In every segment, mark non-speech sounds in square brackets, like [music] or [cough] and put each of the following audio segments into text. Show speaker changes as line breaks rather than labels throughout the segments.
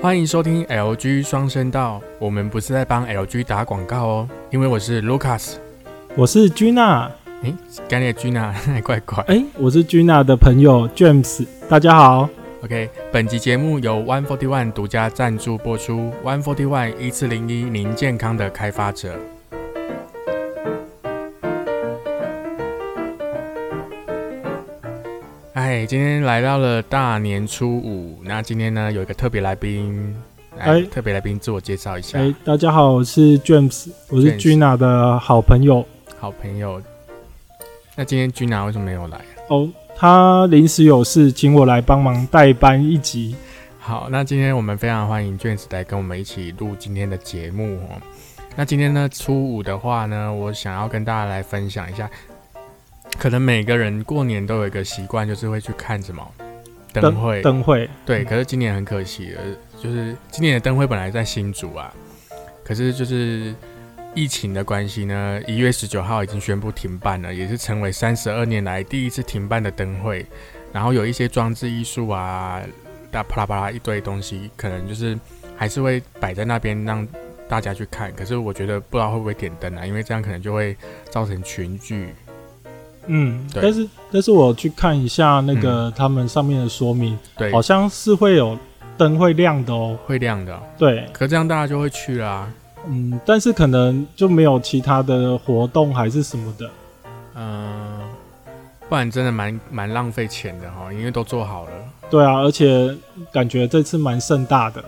欢迎收听 LG 双声道，我们不是在帮 LG 打广告哦，因为我是 Lucas，
我是 Gina，
干爹 [laughs] Gina，怪怪。
哎、我是 Gina 的朋友 James，大家好。
OK，本集节目由 One Forty One 独家赞助播出，One Forty One 一四零一零健康的开发者。哎，今天来到了大年初五，那今天呢有一个特别来宾，哎，
哎
特别来宾自我介绍一下，
哎、大家好，我是 James，我是
James
Gina 的好朋友。
好朋友。那今天 Gina 为什么没有来？
哦，他临时有事，请我来帮忙代班一集。
好，那今天我们非常欢迎卷子来跟我们一起录今天的节目哦。那今天呢，初五的话呢，我想要跟大家来分享一下，可能每个人过年都有一个习惯，就是会去看什么灯会。
灯会，
对，可是今年很可惜，呃，就是今年的灯会本来在新竹啊，可是就是疫情的关系呢，一月十九号已经宣布停办了，也是成为三十二年来第一次停办的灯会。然后有一些装置艺术啊，大啪啦啪啦一堆东西，可能就是还是会摆在那边让大家去看。可是我觉得不知道会不会点灯啊，因为这样可能就会造成群聚。
嗯，
对嗯
但是但是我去看一下那个、他们上面的说明，
对，
好像是会有灯会亮的哦。
会亮的哦，
对，
可这样大家就会去啦、
嗯，但是可能就没有其他的活动还是什么的。
嗯，不然真的蛮蛮浪费钱的哈，因为都做好了。
对啊，而且感觉这次蛮盛大的。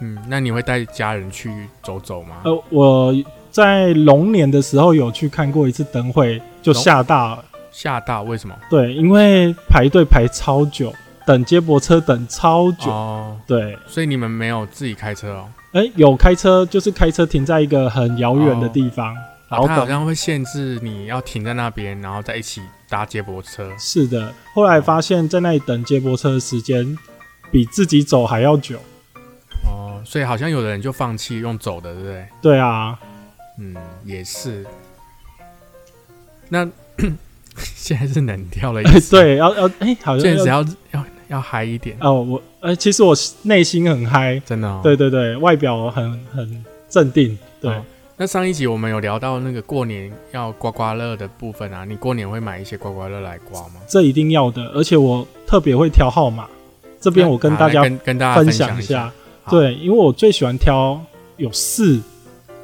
嗯，那你会带家人去走走吗？
呃，我在龙年的时候有去看过一次灯会，就吓大了。
吓到为什么？
对，因为排队排超久，等接驳车等超久。
哦，
对，
所以你们没有自己开车哦。
哎、有开车，就是开车停在一个很遥远的地
哦
方，然后
啊他好
等。
像会限制你要停在那边，然后再一起搭接驳车。
是的，后来发现，在那里等接驳车的时间比自己走还要久。
哦，所以好像有的人就放弃用走的，对不对？
对啊，
嗯，也是。那 [coughs] 现在是冷掉了，
哎、， [laughs] 对，要要，哎、好像
现在只
要
要要要嗨一点，
哦，我，呃、其实我内心很嗨，
真的、哦。
对对对，外表很很镇定，对。
哦那上一集我们有聊到那个过年要刮刮乐的部分啊，你过年会买一些刮刮乐来刮吗？
这一定要的，而且我特别会挑号码。这
这
边我跟大家
跟跟大家
分
享
享一
下
下，，
好
对，因为我最喜欢挑有四，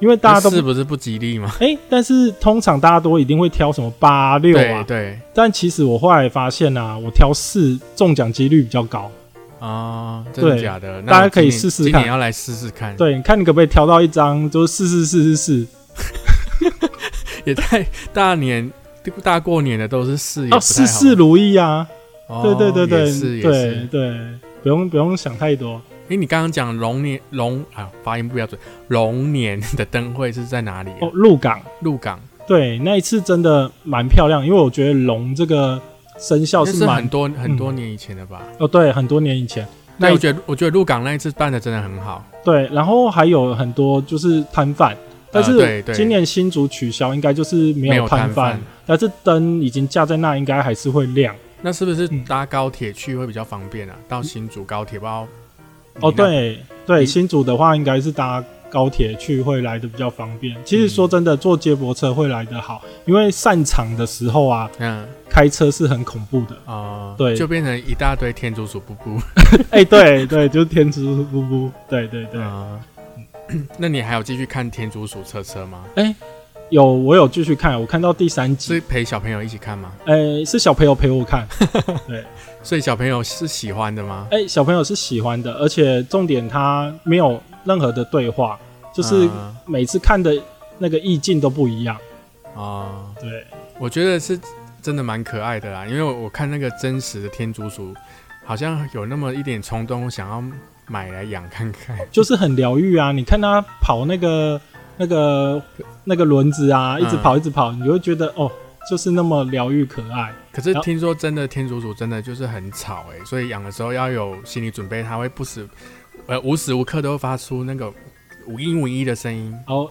因为大家都
是不是不吉利吗？
哎、但是通常大家都一定会挑什么八六
对
啊，
对
但其实我后来发现啊，我挑四中奖几率比较高。
啊，真的
对
假的？那
大家
我
可以
今年
试试
今
看
年要来试试看。，
对，你看你可不可以挑到一张就是四四四四四
也太大年大过年的都是试，也不
哦，
太
事
好
事如意啊！
哦
对对对
也
对
是也
对
是。
对，不用不用想太多。
哎，你刚刚讲龙年龙啊，发音不标准，龙年的灯会是在哪里啊？
哦，入港。
鹿港，
对，那一次真的蛮漂亮，因为我觉得龙这个生肖
那
是
是
蛮
很多很多年以前的吧？
哦，对，很多年以前。
那
那
我觉得，我觉得鹿港那一次办的真的很好。
对，然后还有很多就是摊贩，但
呃对
是
对
今年新竹取消，应该就是没
没有摊
摊
贩
贩，但是灯已经架在那，应该还是会亮。
那是不是
嗯
搭高铁去会比较方便啊？到新竹高铁不知道
哦，
你那，
对对，
你
新竹的话应该是搭高铁去会来的比较方便。其实
嗯
说真的，坐接驳车会来的好，因为散场的时候啊，
嗯
开车是很恐怖的。
哦，
对
就变成一大堆天竺鼠布布。
哎、对对，就是天竺布布，对对对。
[laughs] 嗯，那你还有继续看天竺鼠车车吗？
有，我有继续看，我看到第三
是
集，
陪小朋友一起看吗？
呃，是小朋友陪我看，
所以小朋友是喜欢的吗？
哎、小朋友是喜欢的，而且重点他没有任何的对话，就是
嗯
每次看的那个意境都不一样，
哦，
对，
我觉得是真的蛮可爱的啦，因为我我看那个真实的天竺鼠，好像有那么一点冲动，我想要买来养看看。
就是很疗愈啊。你看他跑那个那个那个轮子啊，一直
嗯
跑一直跑，你就会觉得哦，就是那么疗愈可爱。
可是
然后
听说真的天竺鼠真的就是很吵哎、所以养的时候要有心理准备，它会不时呃无时无刻都会发出那个五音五一的声音
哦，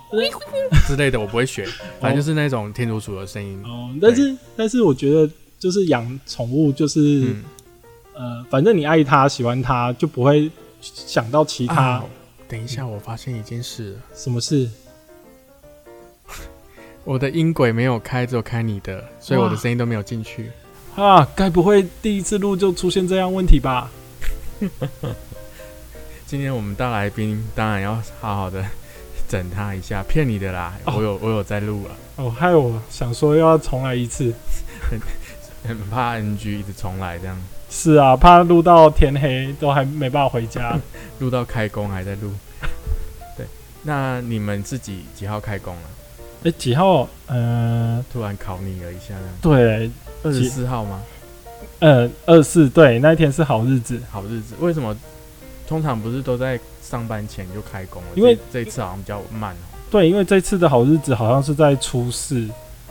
之类的，我不会学，反正就是那种天竺鼠的声音。
哦，但是但是我觉得就是养宠物就是、
嗯，
呃，反正你爱它喜欢它就不会想到其他、
啊等一下，我发现一件事了，
什么事，
我的音轨没有开，只有开你的，所以我的
哇
声音都没有进去。
啊，该不会第一次录就出现这样问题吧？
今天我们大来宾当然要好好的整他一下，骗你的啦，
哦
我有我有在录啊，
哦，害我想说要重来一次。
很怕 NG 一直重来这样，
是啊，怕录到天黑都还没办法回
[laughs]
家。
录到开工还在录。 [laughs] 对，那你们自己几号开工啊？
哎、几号？呃，
突然考你了一下这样，
对，
二
几
十四号吗？
呃，二四对，那一天是好日子。
好日子，为什么通常不是都在上班前就开工了？
因为
这这一次好像比较慢哦。
对，因为这次的好日子好像是在初四，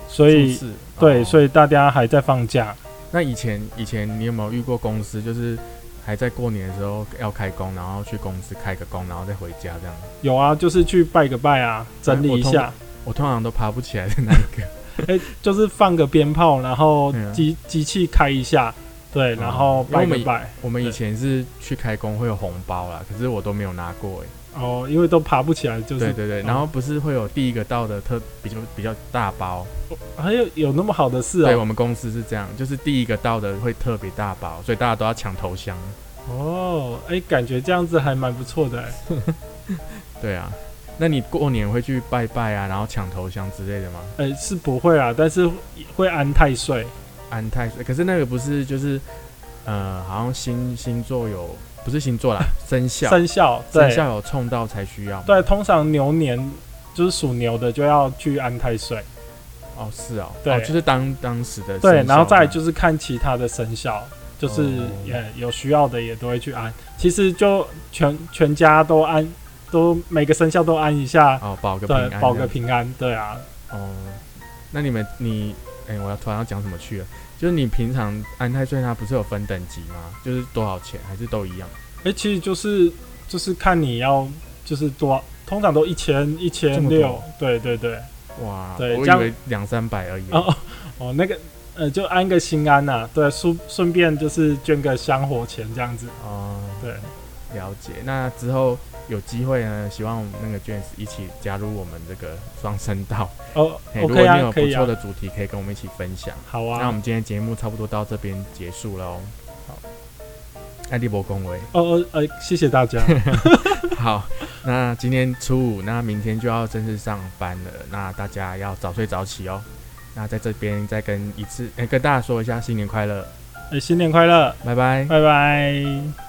所以
是，
对，
以
所以大家还在放假。
哦那以前以前你有没有遇过公司就是还在过年的时候要开工，然后去公司开个工，然后再回家这样？
有啊，就是去拜个拜啊，整理一
哎我
下，
我通常都爬不起来的那
[laughs]
一个。
哎、就是放个鞭炮，然后
嗯
机机器开一下，对，然后
哦因为我们
拜个拜。
我们以
对
前是去开工会有红包啦，可是我都没有拿过哎、
哦，因为都爬不起来，就
对
是
对对，
嗯
然后不是会有第一个到的特比较比较大包，
还有有那么好的事
对
哦。
我们公司是这样，就是第一个到的会特别大包，所以大家都要抢头香。
哦，哎、感觉这样子还蛮不错的、哎
对啊，那你过年会去拜拜啊，然后抢头香之类的吗？
哎、是不会啊，但是会安太岁。
安太岁，可是那个不是就是呃，好像星星座有不是星
[laughs]
座啦，生肖
生肖
生
对
肖有冲到才需要吗。
对，通常牛年就是属牛的就要去安太岁，
哦，是哦，
对
哦就是当当时的
对，
生肖
然后再来
这样
就是看其他的生肖，就是
哦
也有需要的也都会去安。其实就全全家都安，都每个生肖都安一下，
哦保个平
对
安，，
保个平安。对啊，
哦，那你们你，哎、我要突然要讲什么去了？就是你平常安泰税它不是有分等级吗？就是多少钱还是都一样？
哎、其实就是就是看你要就是多，通常都一千一
这
千
么
六
多，
对对对。
哇，
对
我以
这样
为两三百而已。
哦哦哦，那个呃，就安个心安呐、对，顺顺便就是捐个香火钱这样子，
哦，
对。
了解。那之后有机会呢，希望那个 James 一起加入我们这个双声
[laughs]
道。
哦
嘿如果
，OK
你
啊，
有
可
不
以
错
啊，
的主题，可以跟我们一起分享。
好
那我
啊。
们今天节目差不多到这边结束喽。好，艾利伯恭维。
哦哦呃，谢谢
[laughs]
大家。
好，那今天初五，那明天就要正式上班了，那大家要早睡早起哦。那在这边再跟一次，哎、跟大家说一下新年快乐，
哎，新年快乐，
拜拜。
拜拜。